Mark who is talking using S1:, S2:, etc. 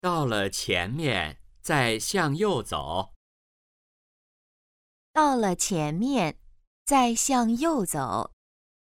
S1: 到了前面再向右走。
S2: 到了前面，再向右走。